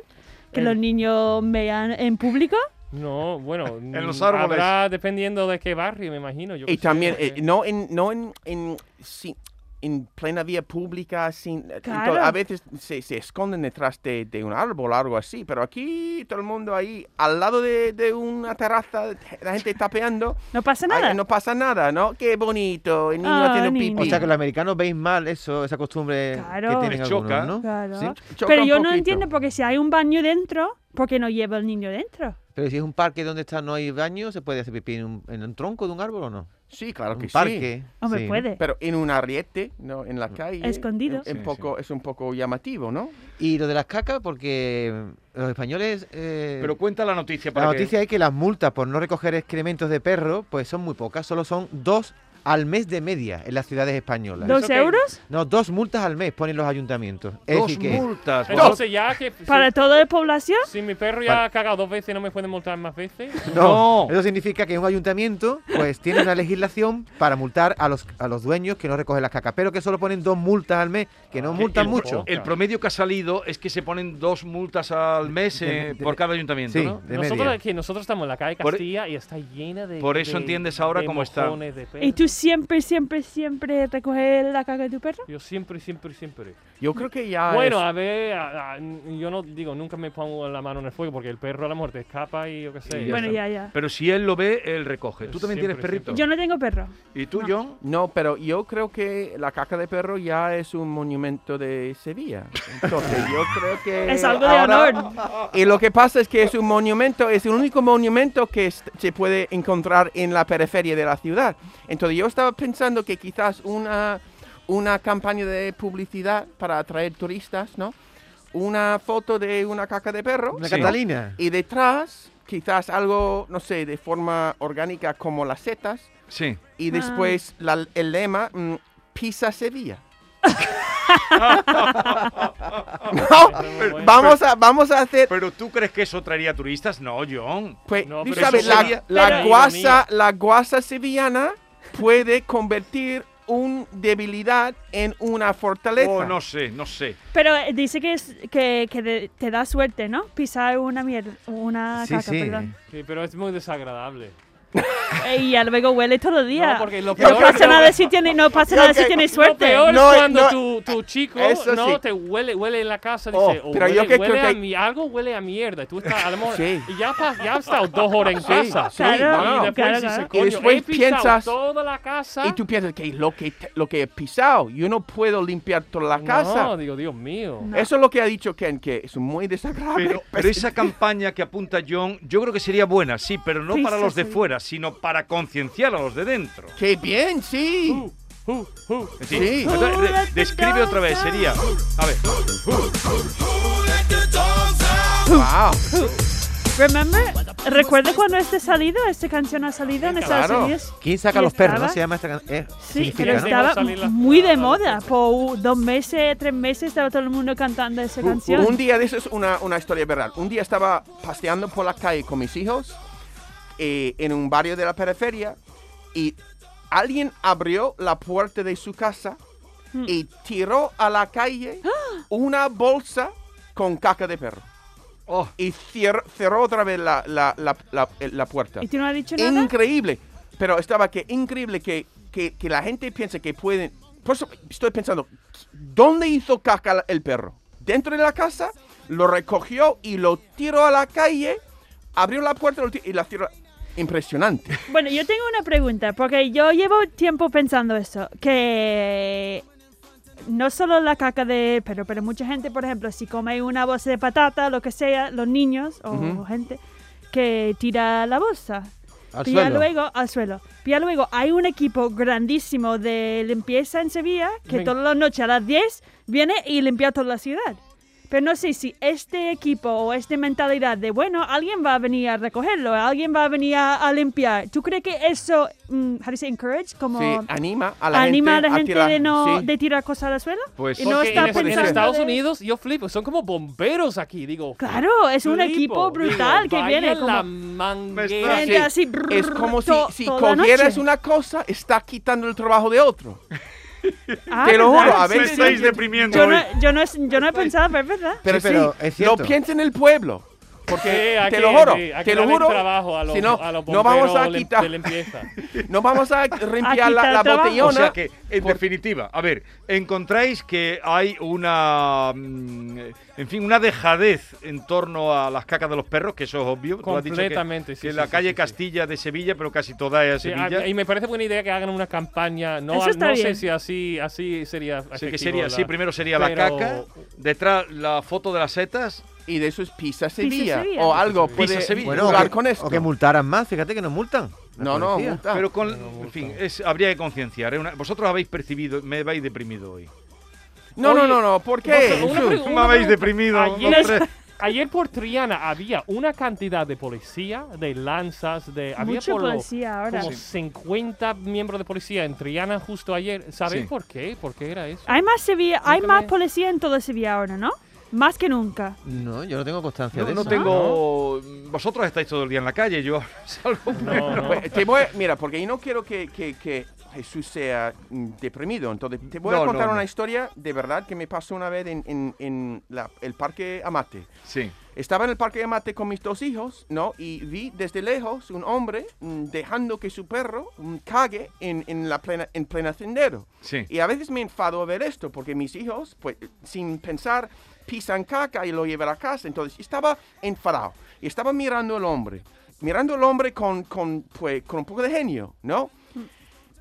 [SPEAKER 4] Que
[SPEAKER 3] Eh.
[SPEAKER 4] los niños mean en público.
[SPEAKER 3] No, bueno,
[SPEAKER 2] En los
[SPEAKER 3] mm,
[SPEAKER 2] árboles.
[SPEAKER 3] Habrá dependiendo de qué barrio, me imagino. Yo
[SPEAKER 5] Y
[SPEAKER 3] qué sé,
[SPEAKER 5] también,
[SPEAKER 3] porque-
[SPEAKER 5] eh, no en, no en, en, sí, en plena vía pública, sin, entonces,
[SPEAKER 4] Claro.
[SPEAKER 5] a veces se, se esconden detrás de, de un árbol o algo así, pero aquí todo el mundo ahí, al lado de, de una terraza, la gente tapeando,
[SPEAKER 4] No pasa nada.
[SPEAKER 5] Ay, no pasa nada, ¿no? Qué bonito, el niño
[SPEAKER 4] Ah,
[SPEAKER 5] tiene un
[SPEAKER 4] niño.
[SPEAKER 5] pipí.
[SPEAKER 6] O sea que los americanos veis mal eso, esa costumbre
[SPEAKER 4] Claro.
[SPEAKER 6] que tienen
[SPEAKER 2] Les
[SPEAKER 6] algunos,
[SPEAKER 2] choca.
[SPEAKER 6] ¿no?
[SPEAKER 4] Claro.
[SPEAKER 6] Sí.
[SPEAKER 5] Choca
[SPEAKER 4] Pero
[SPEAKER 5] un
[SPEAKER 4] yo no
[SPEAKER 5] poquito.
[SPEAKER 4] entiendo porque si hay un baño dentro, ¿por qué no lleva el niño dentro?
[SPEAKER 6] Pero si es un parque donde está no hay baño, ¿se puede hacer pipí en un, en un tronco de un árbol o no?
[SPEAKER 5] Sí, claro que
[SPEAKER 6] un
[SPEAKER 5] sí.
[SPEAKER 6] parque.
[SPEAKER 4] Hombre,
[SPEAKER 6] sí.
[SPEAKER 4] puede.
[SPEAKER 5] Pero en un ariete, ¿no? En la calle.
[SPEAKER 4] Escondido.
[SPEAKER 5] Es, un
[SPEAKER 2] Sí,
[SPEAKER 5] poco, es un poco llamativo, ¿no?
[SPEAKER 6] Y lo de las cacas, porque mm, los españoles... eh,
[SPEAKER 2] Pero cuenta la noticia
[SPEAKER 6] La
[SPEAKER 2] para que-
[SPEAKER 6] noticia es que las multas por no recoger excrementos de perro, pues son muy pocas, solo son dos al mes de media en las ciudades españolas.
[SPEAKER 4] ¿Dos
[SPEAKER 3] eso que-
[SPEAKER 4] euros
[SPEAKER 6] No, dos multas al mes ponen los ayuntamientos. Es
[SPEAKER 2] Dos
[SPEAKER 6] decir que
[SPEAKER 2] multas. vosotros-
[SPEAKER 3] Entonces ya que...
[SPEAKER 4] para toda la población?
[SPEAKER 3] Si mi perro ya ha cagado dos veces, no me pueden multar más veces.
[SPEAKER 6] no,
[SPEAKER 2] No.
[SPEAKER 6] eso significa que un ayuntamiento pues tiene una legislación para multar a los a los dueños que no recogen las cacas, pero que solo ponen dos multas al mes, que no
[SPEAKER 3] Ah,
[SPEAKER 6] multan
[SPEAKER 2] el-
[SPEAKER 6] mucho.
[SPEAKER 2] El promedio que ha salido es que se ponen dos multas al mes eh,
[SPEAKER 6] De- de-
[SPEAKER 2] por cada ayuntamiento,
[SPEAKER 6] sí,
[SPEAKER 2] ¿no?
[SPEAKER 6] de
[SPEAKER 3] nosotros,
[SPEAKER 6] media.
[SPEAKER 3] aquí- nosotros estamos en la calle
[SPEAKER 2] Por- e-
[SPEAKER 3] Castilla y está llena de...
[SPEAKER 2] por eso
[SPEAKER 3] de-
[SPEAKER 2] entiendes ahora
[SPEAKER 3] de
[SPEAKER 2] cómo está.
[SPEAKER 3] mojones de perro.
[SPEAKER 4] ¿Y tú siempre, siempre, siempre recoges la caca de tu perro?
[SPEAKER 3] Yo siempre, siempre, siempre.
[SPEAKER 5] Yo
[SPEAKER 4] Mm.
[SPEAKER 5] creo que
[SPEAKER 2] Ah,
[SPEAKER 5] ya.
[SPEAKER 3] bueno,
[SPEAKER 5] es-
[SPEAKER 3] a ver, a- a- yo no digo, nunca me pongo la mano en el fuego porque el perro a la muerte escapa y yo qué sé.
[SPEAKER 2] Y Ya
[SPEAKER 4] bueno,
[SPEAKER 2] está.
[SPEAKER 4] ya, ya.
[SPEAKER 2] Pero si él lo ve, él recoge. Tú también
[SPEAKER 3] Siempre,
[SPEAKER 2] tienes perrito.
[SPEAKER 4] Yo no tengo perro.
[SPEAKER 2] ¿Y tú,
[SPEAKER 4] No.
[SPEAKER 2] John?
[SPEAKER 5] No, pero yo creo que la caca de perro ya es un monumento de Sevilla. Entonces, yo creo que.
[SPEAKER 4] Es algo de
[SPEAKER 5] ahora-
[SPEAKER 4] honor.
[SPEAKER 5] Y lo que pasa es que es un monumento, es el único monumento que est- se puede encontrar en la periferia de la ciudad. Entonces yo estaba pensando que quizás una, una campaña de publicidad para atraer turistas, ¿no? Una foto de una caca de perro
[SPEAKER 6] Una
[SPEAKER 2] Sí.
[SPEAKER 6] Catalina.
[SPEAKER 5] y detrás quizás algo, no sé, de forma orgánica como las setas
[SPEAKER 2] Sí.
[SPEAKER 5] y después la- el lema mm, Pisa Sevilla.
[SPEAKER 3] Eso
[SPEAKER 5] no,
[SPEAKER 3] es muy bueno.
[SPEAKER 5] vamos a, vamos a hacer
[SPEAKER 2] Pero tú crees que eso traería turistas? No, John.
[SPEAKER 5] Pues,
[SPEAKER 3] No,
[SPEAKER 5] tú
[SPEAKER 3] pero
[SPEAKER 5] sabes,
[SPEAKER 3] eso
[SPEAKER 5] la,
[SPEAKER 2] sería-
[SPEAKER 5] la
[SPEAKER 3] Pero-
[SPEAKER 5] guasa, la guasa sevillana puede convertir un debilidad en una fortaleza.
[SPEAKER 2] Oh, no sé, no sé.
[SPEAKER 4] Pero eh, dice que, es, que, que de- te da suerte, ¿no? Pisar una mierda, una
[SPEAKER 6] Sí,
[SPEAKER 4] Ah, caca,
[SPEAKER 6] sí.
[SPEAKER 4] perdón.
[SPEAKER 3] Sí, pero es muy desagradable.
[SPEAKER 4] Eh, Y ya luego huele todo el día.
[SPEAKER 3] No, porque lo
[SPEAKER 4] No
[SPEAKER 3] peor es
[SPEAKER 4] pasa
[SPEAKER 3] lo-
[SPEAKER 4] nada si tienes no pasa
[SPEAKER 5] Yo
[SPEAKER 4] nada si
[SPEAKER 5] que-
[SPEAKER 4] tienes
[SPEAKER 3] Lo
[SPEAKER 4] suerte.
[SPEAKER 3] peor
[SPEAKER 5] No,
[SPEAKER 3] es cuando
[SPEAKER 5] no,
[SPEAKER 3] tu, tu chico
[SPEAKER 5] eso
[SPEAKER 3] no
[SPEAKER 5] sí.
[SPEAKER 3] te huele, huele en la casa,
[SPEAKER 5] Oh,
[SPEAKER 3] dice, o
[SPEAKER 5] pero
[SPEAKER 3] huele,
[SPEAKER 5] yo que creo
[SPEAKER 3] huele
[SPEAKER 5] que
[SPEAKER 3] a
[SPEAKER 5] hay-
[SPEAKER 3] mi- algo huele a mierda. Tú estás, a lo mejor,
[SPEAKER 5] Sí.
[SPEAKER 3] y ya, pas- ya has estado dos horas en
[SPEAKER 5] Sí,
[SPEAKER 3] casa.
[SPEAKER 5] sí,
[SPEAKER 4] Claro.
[SPEAKER 5] wow.
[SPEAKER 3] Y después,
[SPEAKER 4] Claro,
[SPEAKER 3] dices,
[SPEAKER 4] claro.
[SPEAKER 3] "Coño,
[SPEAKER 5] Y después
[SPEAKER 3] he pisado
[SPEAKER 5] piensas-
[SPEAKER 3] toda la casa.
[SPEAKER 5] Y tú piensas que lo que te- lo que he pisado, yo no puedo limpiar toda la
[SPEAKER 3] No,
[SPEAKER 5] casa.
[SPEAKER 3] digo, Dios mío.
[SPEAKER 5] Eso es lo que ha dicho Ken, que es muy desagradable.
[SPEAKER 2] Pero, pero esa campaña que apunta John, yo creo que sería buena, sí, pero no
[SPEAKER 4] Sí,
[SPEAKER 2] para
[SPEAKER 4] sí,
[SPEAKER 2] los de
[SPEAKER 4] sí.
[SPEAKER 2] fuera, sino para concienciar a los de dentro.
[SPEAKER 5] ¡Qué bien, sí!
[SPEAKER 3] Uh, uh.
[SPEAKER 2] Es decir,
[SPEAKER 5] Sí.
[SPEAKER 2] entonces, de- describe otra vez, sería. A ver,
[SPEAKER 5] ¡Wow!
[SPEAKER 4] Remember, recuerda cuando este salido, esta canción ha salido en Estados
[SPEAKER 5] Claro.
[SPEAKER 4] Unidos.
[SPEAKER 6] ¿Quién saca
[SPEAKER 4] Y
[SPEAKER 6] los perros?
[SPEAKER 4] estaba-
[SPEAKER 6] ¿no? Se llama esta can- eh,
[SPEAKER 4] Sí,
[SPEAKER 6] significa,
[SPEAKER 4] pero
[SPEAKER 6] ¿no?
[SPEAKER 3] Dejó
[SPEAKER 4] estaba
[SPEAKER 3] salir la-
[SPEAKER 4] muy de
[SPEAKER 3] la-
[SPEAKER 4] moda. Por dos meses, tres meses estaba todo el mundo cantando esa canción.
[SPEAKER 5] Un día, de eso es una, una historia verdad. Un día estaba paseando por la calle con mis hijos eh, en un barrio de la periferia y alguien abrió la puerta de su casa y tiró a la calle una bolsa con caca de perro.
[SPEAKER 2] oh,
[SPEAKER 5] Y cier- cerró otra vez la, la- la- la- eh, la puerta.
[SPEAKER 4] ¿Y tú no has dicho nada?
[SPEAKER 5] Increíble. Pero estaba que increíble que, que, que la gente piensa que pueden... Por eso estoy pensando, ¿dónde hizo caca la- el perro? ¿Dentro de la casa? ¿Lo recogió y lo tiró a la calle? ¿Abrió la puerta lo ti- y la tiró? Impresionante.
[SPEAKER 4] Bueno, yo tengo una pregunta, porque yo llevo tiempo pensando eso, que no solo la caca de perro, pero mucha gente, por ejemplo, si come una bolsa de patata, lo que sea, los niños o
[SPEAKER 5] Ujú.
[SPEAKER 4] gente que tira la bolsa.
[SPEAKER 6] Al
[SPEAKER 4] Y ya
[SPEAKER 6] suelo.
[SPEAKER 4] luego al suelo. Y ya luego hay un equipo grandísimo de limpieza en Sevilla que
[SPEAKER 3] Me-
[SPEAKER 4] todas las noches a las 10 viene y limpia toda la ciudad. Pero no sé si este equipo o esta mentalidad de, bueno, alguien va a venir a recogerlo, alguien va a venir a, a limpiar. ¿Tú crees que eso, mm, how do you say encourage? Como
[SPEAKER 5] Sí, anima a la
[SPEAKER 4] anima
[SPEAKER 5] gente
[SPEAKER 4] a la gente
[SPEAKER 5] tirar-
[SPEAKER 4] de, no,
[SPEAKER 5] sí.
[SPEAKER 4] de tirar cosas al suelo.
[SPEAKER 2] pues.
[SPEAKER 4] Y no
[SPEAKER 3] Porque
[SPEAKER 4] está
[SPEAKER 3] en, en
[SPEAKER 5] pensando
[SPEAKER 3] Estados
[SPEAKER 4] de-
[SPEAKER 3] Unidos, yo flipo, son como bomberos aquí, digo.
[SPEAKER 4] Claro, es un
[SPEAKER 3] flipo,
[SPEAKER 4] equipo brutal
[SPEAKER 3] digo,
[SPEAKER 4] que viene
[SPEAKER 3] vaya la
[SPEAKER 4] como...
[SPEAKER 3] manguera.
[SPEAKER 4] gente así, brrr,
[SPEAKER 5] Es como si,
[SPEAKER 4] to-
[SPEAKER 5] si
[SPEAKER 4] toda la
[SPEAKER 5] cogieras
[SPEAKER 4] noche.
[SPEAKER 5] una cosa, está quitando el trabajo de otro.
[SPEAKER 4] Ah,
[SPEAKER 5] te lo
[SPEAKER 4] ¿verdad?
[SPEAKER 5] juro, a
[SPEAKER 4] Sí,
[SPEAKER 2] Me
[SPEAKER 5] veces-
[SPEAKER 4] sí,
[SPEAKER 2] estáis
[SPEAKER 4] sí.
[SPEAKER 2] deprimiendo
[SPEAKER 4] Yo
[SPEAKER 2] hoy.
[SPEAKER 4] no, yo no, yo no he pensado, pero es verdad.
[SPEAKER 5] Pero,
[SPEAKER 6] Sí, pero
[SPEAKER 5] sí,
[SPEAKER 6] es cierto.
[SPEAKER 5] lo piensa en el pueblo. Porque
[SPEAKER 3] Sí, hay
[SPEAKER 5] te
[SPEAKER 3] que-
[SPEAKER 5] lo juro,
[SPEAKER 3] sí, hay que
[SPEAKER 5] te lo
[SPEAKER 3] darle
[SPEAKER 5] juro.
[SPEAKER 3] trabajo a los,
[SPEAKER 5] si no,
[SPEAKER 3] a los
[SPEAKER 5] no vamos a
[SPEAKER 3] bomberos em- de- de
[SPEAKER 5] quitar,
[SPEAKER 3] limpieza.
[SPEAKER 5] no vamos a limpiar
[SPEAKER 4] quitar
[SPEAKER 5] la, la
[SPEAKER 4] el trabajo.
[SPEAKER 5] botellona.
[SPEAKER 4] O
[SPEAKER 2] O sea que, en
[SPEAKER 5] por-
[SPEAKER 2] definitiva, a ver, encontráis que hay una, mm, en fin, una dejadez en torno a las cacas de los perros, que eso es obvio. Tú has dicho que-
[SPEAKER 3] Completamente, sí,
[SPEAKER 2] que
[SPEAKER 3] sí,
[SPEAKER 2] la
[SPEAKER 3] sí,
[SPEAKER 2] calle
[SPEAKER 3] sí, sí.
[SPEAKER 2] Castilla de Sevilla, pero casi toda es
[SPEAKER 3] Sí,
[SPEAKER 2] Sevilla.
[SPEAKER 3] a- y me parece buena idea que hagan una campaña. No,
[SPEAKER 4] Eso está
[SPEAKER 3] no sé
[SPEAKER 4] bien.
[SPEAKER 3] si así, así sería.
[SPEAKER 2] Así que
[SPEAKER 3] efectivo
[SPEAKER 2] sería,
[SPEAKER 3] la-
[SPEAKER 2] sí, primero sería la
[SPEAKER 3] pero-
[SPEAKER 2] caca, detrás la foto de las setas.
[SPEAKER 5] y de eso es Pisa Sevilla,
[SPEAKER 4] Sevilla.
[SPEAKER 5] o algo.
[SPEAKER 2] Pisa
[SPEAKER 5] Puede
[SPEAKER 2] Sevilla.
[SPEAKER 5] Bueno,
[SPEAKER 2] o
[SPEAKER 5] jugar
[SPEAKER 6] que,
[SPEAKER 5] con esto.
[SPEAKER 6] o que multaran más, fíjate que nos multan. la
[SPEAKER 5] no, no,
[SPEAKER 6] policía.
[SPEAKER 3] Ah,
[SPEAKER 5] multa.
[SPEAKER 2] Pero con, en fin, es, habría que concienciar. ¿eh? Una- vosotros habéis percibido, me vais deprimido hoy.
[SPEAKER 5] no, no,
[SPEAKER 3] Oye,
[SPEAKER 5] no, no, ¿por qué?
[SPEAKER 3] Una
[SPEAKER 5] Jesús?
[SPEAKER 3] pregunta,
[SPEAKER 2] Me habéis
[SPEAKER 3] pregunta.
[SPEAKER 2] deprimido.
[SPEAKER 3] Ayer-
[SPEAKER 2] los tres.
[SPEAKER 3] Ayer por Triana había una cantidad de policía, de lanzas, de... Había
[SPEAKER 4] Mucho
[SPEAKER 3] por lo-
[SPEAKER 4] policía ahora.
[SPEAKER 3] como 50 miembros de policía en Triana justo ayer. ¿Sabéis
[SPEAKER 2] Sí.
[SPEAKER 3] por qué? ¿Por qué era eso?
[SPEAKER 4] Hay más Sevilla, hay
[SPEAKER 3] Nunca
[SPEAKER 4] más
[SPEAKER 3] me-
[SPEAKER 4] policía en todo Sevilla ahora, ¿no? Más que nunca.
[SPEAKER 6] No, yo no tengo constancia
[SPEAKER 2] No,
[SPEAKER 6] de
[SPEAKER 2] no
[SPEAKER 6] eso.
[SPEAKER 4] Ah.
[SPEAKER 2] tengo. Vosotros estáis todo el día en la calle, yo salgo.
[SPEAKER 3] No, no.
[SPEAKER 5] Pues, te voy, mira, porque yo no quiero que, que- que Jesús sea mm, deprimido. Entonces, te voy
[SPEAKER 2] No,
[SPEAKER 5] a contar
[SPEAKER 2] no,
[SPEAKER 5] una
[SPEAKER 2] no.
[SPEAKER 5] historia de verdad que me pasó una vez en, en- en la- el Parque Amate.
[SPEAKER 2] Sí.
[SPEAKER 5] Estaba en el Parque Amate con mis dos hijos, ¿no? Y vi desde lejos un hombre mm, dejando que su perro mm, cague en, en la plena, en plena sendero.
[SPEAKER 2] Sí.
[SPEAKER 5] Y a veces me enfado a ver esto, porque mis hijos, pues, sin pensar, pisan caca y lo llevan a casa. Entonces, estaba enfadado. Y estaba mirando al hombre. Mirando al hombre con, con, pues, con un poco de genio, ¿no?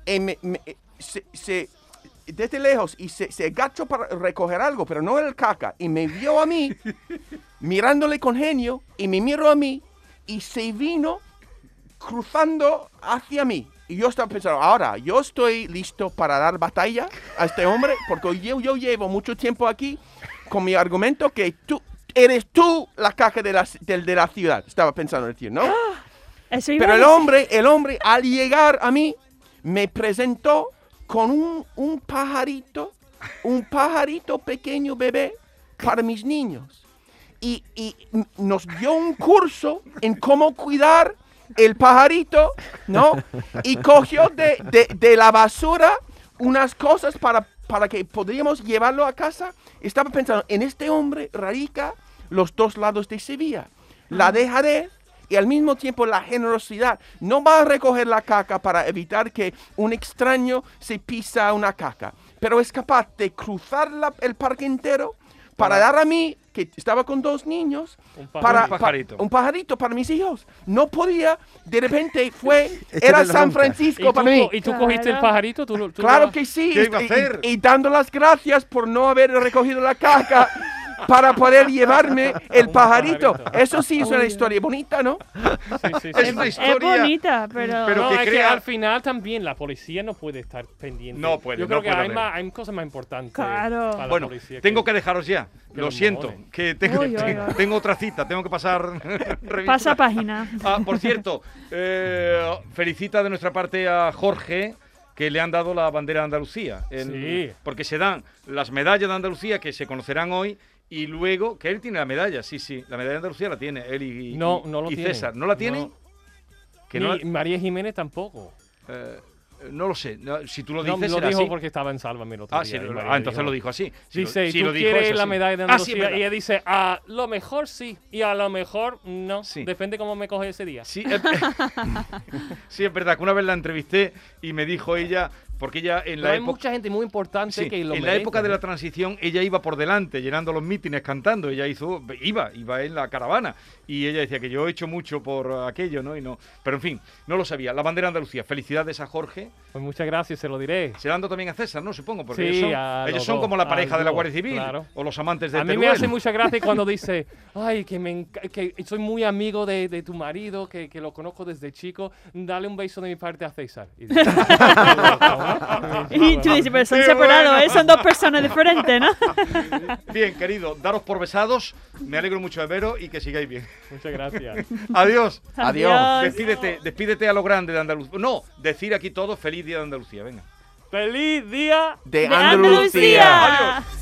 [SPEAKER 5] Y me- me- eh, se, se- desde lejos, y se, se agachó para recoger algo, pero no era el caca. Y me vio a mí, mirándole con genio, y me miró a mí, y se vino cruzando hacia mí. Y yo estaba pensando, ahora, yo estoy listo para dar batalla a este hombre, porque yo, yo llevo mucho tiempo aquí con mi argumento que tú eres tú la caja de la, del- de la ciudad. Estaba pensando el tío, ¿no?
[SPEAKER 4] Eso iba
[SPEAKER 5] Pero
[SPEAKER 4] a
[SPEAKER 5] el
[SPEAKER 4] decir.
[SPEAKER 5] hombre, el hombre, al llegar a mí, me presentó con un, un pajarito, un pajarito pequeño bebé para mis niños. Y, y n- nos dio un curso en cómo cuidar el pajarito, ¿no? Y cogió de, de- de la basura unas cosas para, para que podríamos llevarlo a casa. Estaba pensando, en este hombre radica los dos lados de Sevilla. La dejadez y al mismo tiempo la generosidad. No va a recoger la caca para evitar que un extraño se pisa una caca, pero es capaz de cruzar la- el parque entero para dar a mí, que estaba con dos niños,
[SPEAKER 3] Un pajarito.
[SPEAKER 5] para,
[SPEAKER 2] Un pajarito.
[SPEAKER 5] pa- un pajarito para mis hijos. No podía, de repente fue,
[SPEAKER 6] Es que
[SPEAKER 5] era
[SPEAKER 6] no lo
[SPEAKER 5] San
[SPEAKER 6] nunca.
[SPEAKER 3] ¿Y
[SPEAKER 5] Francisco
[SPEAKER 3] tú,
[SPEAKER 5] para mí.
[SPEAKER 3] co- y tú cogiste el
[SPEAKER 4] Claro.
[SPEAKER 3] pajarito? ¿Tú, lo- tú
[SPEAKER 5] Claro
[SPEAKER 3] lo-
[SPEAKER 5] que sí.
[SPEAKER 2] ¿Qué iba a
[SPEAKER 5] y-
[SPEAKER 2] hacer?
[SPEAKER 5] Y, y dando las gracias por no haber recogido la caca para poder llevarme el
[SPEAKER 3] Un
[SPEAKER 5] pajarito.
[SPEAKER 3] pajarito.
[SPEAKER 5] Eso sí es una historia bonita, ¿no?
[SPEAKER 3] Sí, sí, sí.
[SPEAKER 2] Es una
[SPEAKER 4] Es
[SPEAKER 2] historia.
[SPEAKER 4] bonita, pero,
[SPEAKER 2] pero-
[SPEAKER 3] no,
[SPEAKER 2] que
[SPEAKER 3] es que
[SPEAKER 2] crea-
[SPEAKER 3] al final también la policía no puede estar pendiente.
[SPEAKER 2] No puede,
[SPEAKER 3] Yo
[SPEAKER 2] no
[SPEAKER 3] creo que
[SPEAKER 2] puede
[SPEAKER 3] hay,
[SPEAKER 2] haber.
[SPEAKER 3] más- hay cosas más importantes.
[SPEAKER 4] Claro.
[SPEAKER 3] para la
[SPEAKER 2] Bueno,
[SPEAKER 3] policía
[SPEAKER 2] tengo que dejaros ya.
[SPEAKER 3] que
[SPEAKER 2] Lo
[SPEAKER 3] los
[SPEAKER 2] siento,
[SPEAKER 3] mojones.
[SPEAKER 2] que tengo,
[SPEAKER 4] Uy, uy,
[SPEAKER 2] tengo-
[SPEAKER 4] uy.
[SPEAKER 2] tengo otra cita, tengo que pasar revista.
[SPEAKER 4] pasa página.
[SPEAKER 2] Ah, por cierto, eh, felicita de nuestra parte a Jorge que le han dado la bandera de Andalucía. En-
[SPEAKER 3] Sí.
[SPEAKER 2] Porque se dan las medallas de Andalucía que se conocerán hoy y luego que él tiene la medalla, sí, sí, la medalla de Andalucía la tiene él y, y-
[SPEAKER 3] No, no lo
[SPEAKER 2] y
[SPEAKER 3] tiene.
[SPEAKER 2] César. ¿No la tiene?
[SPEAKER 3] No.
[SPEAKER 2] Que no,
[SPEAKER 3] Ni María Jiménez tampoco.
[SPEAKER 2] la- eh, no lo sé, no, si tú lo
[SPEAKER 3] No,
[SPEAKER 2] dices
[SPEAKER 3] lo
[SPEAKER 2] será
[SPEAKER 3] dijo
[SPEAKER 2] así.
[SPEAKER 3] porque estaba en Sálvame el otro
[SPEAKER 2] Ah,
[SPEAKER 3] día,
[SPEAKER 2] sí,
[SPEAKER 3] y
[SPEAKER 2] lo-
[SPEAKER 3] María
[SPEAKER 2] ah, entonces lo dijo así. Si lo-
[SPEAKER 3] Dice,
[SPEAKER 2] si
[SPEAKER 3] ¿tú
[SPEAKER 2] lo dijo,
[SPEAKER 3] quieres
[SPEAKER 2] es
[SPEAKER 3] la
[SPEAKER 2] así.
[SPEAKER 3] medalla de
[SPEAKER 2] Ah, sí, es
[SPEAKER 3] Andalucía?
[SPEAKER 2] verdad.
[SPEAKER 3] y ella dice, a lo mejor sí, y a lo mejor no.
[SPEAKER 2] Sí.
[SPEAKER 3] Depende cómo me coge ese día.
[SPEAKER 2] Sí es, sí, es verdad que una vez la entrevisté y me dijo ella, porque ella en
[SPEAKER 3] Pero
[SPEAKER 2] la
[SPEAKER 3] hay
[SPEAKER 2] época...
[SPEAKER 3] mucha gente muy importante
[SPEAKER 2] Sí,
[SPEAKER 3] que
[SPEAKER 2] en
[SPEAKER 3] lo
[SPEAKER 2] la
[SPEAKER 3] merece,
[SPEAKER 2] época de
[SPEAKER 3] ¿no?
[SPEAKER 2] la transición ella iba por delante, llenando los mítines, cantando. Ella hizo, iba, iba en la caravana. Y ella decía que yo he hecho mucho por aquello, ¿no? Y no. Pero en fin, no lo sabía. La bandera de Andalucía. Felicidades a Jorge.
[SPEAKER 3] Pues muchas gracias, se lo diré.
[SPEAKER 2] Se la dando también a César, ¿no? Supongo, porque
[SPEAKER 3] Sí,
[SPEAKER 2] ellos
[SPEAKER 3] a
[SPEAKER 2] son, ellos
[SPEAKER 3] los
[SPEAKER 2] son
[SPEAKER 3] dos,
[SPEAKER 2] como la
[SPEAKER 3] a
[SPEAKER 2] pareja
[SPEAKER 3] los
[SPEAKER 2] de la
[SPEAKER 3] dos,
[SPEAKER 2] Guardia Civil.
[SPEAKER 3] claro.
[SPEAKER 2] O los amantes de este
[SPEAKER 3] A mí me
[SPEAKER 2] Teruel.
[SPEAKER 3] hace mucha gracia cuando dice, ay, que, me enca- que soy muy amigo de, de tu marido, que, que lo conozco desde chico, dale un beso de mi parte a César. Y dice,
[SPEAKER 4] y tú dices, pero son
[SPEAKER 2] Qué
[SPEAKER 4] separados,
[SPEAKER 2] bueno.
[SPEAKER 4] ¿eh? son dos personas diferentes, ¿no?
[SPEAKER 2] Bien, querido, daros por besados. Me alegro mucho de veros y que sigáis bien.
[SPEAKER 3] muchas gracias.
[SPEAKER 2] Adiós.
[SPEAKER 5] Adiós.
[SPEAKER 2] Despídete, despídete a lo grande de Andalucía. No, decir aquí todo feliz día de Andalucía, venga.
[SPEAKER 3] ¡Feliz día!
[SPEAKER 4] De
[SPEAKER 5] De,
[SPEAKER 4] Andalucía.
[SPEAKER 2] Adiós.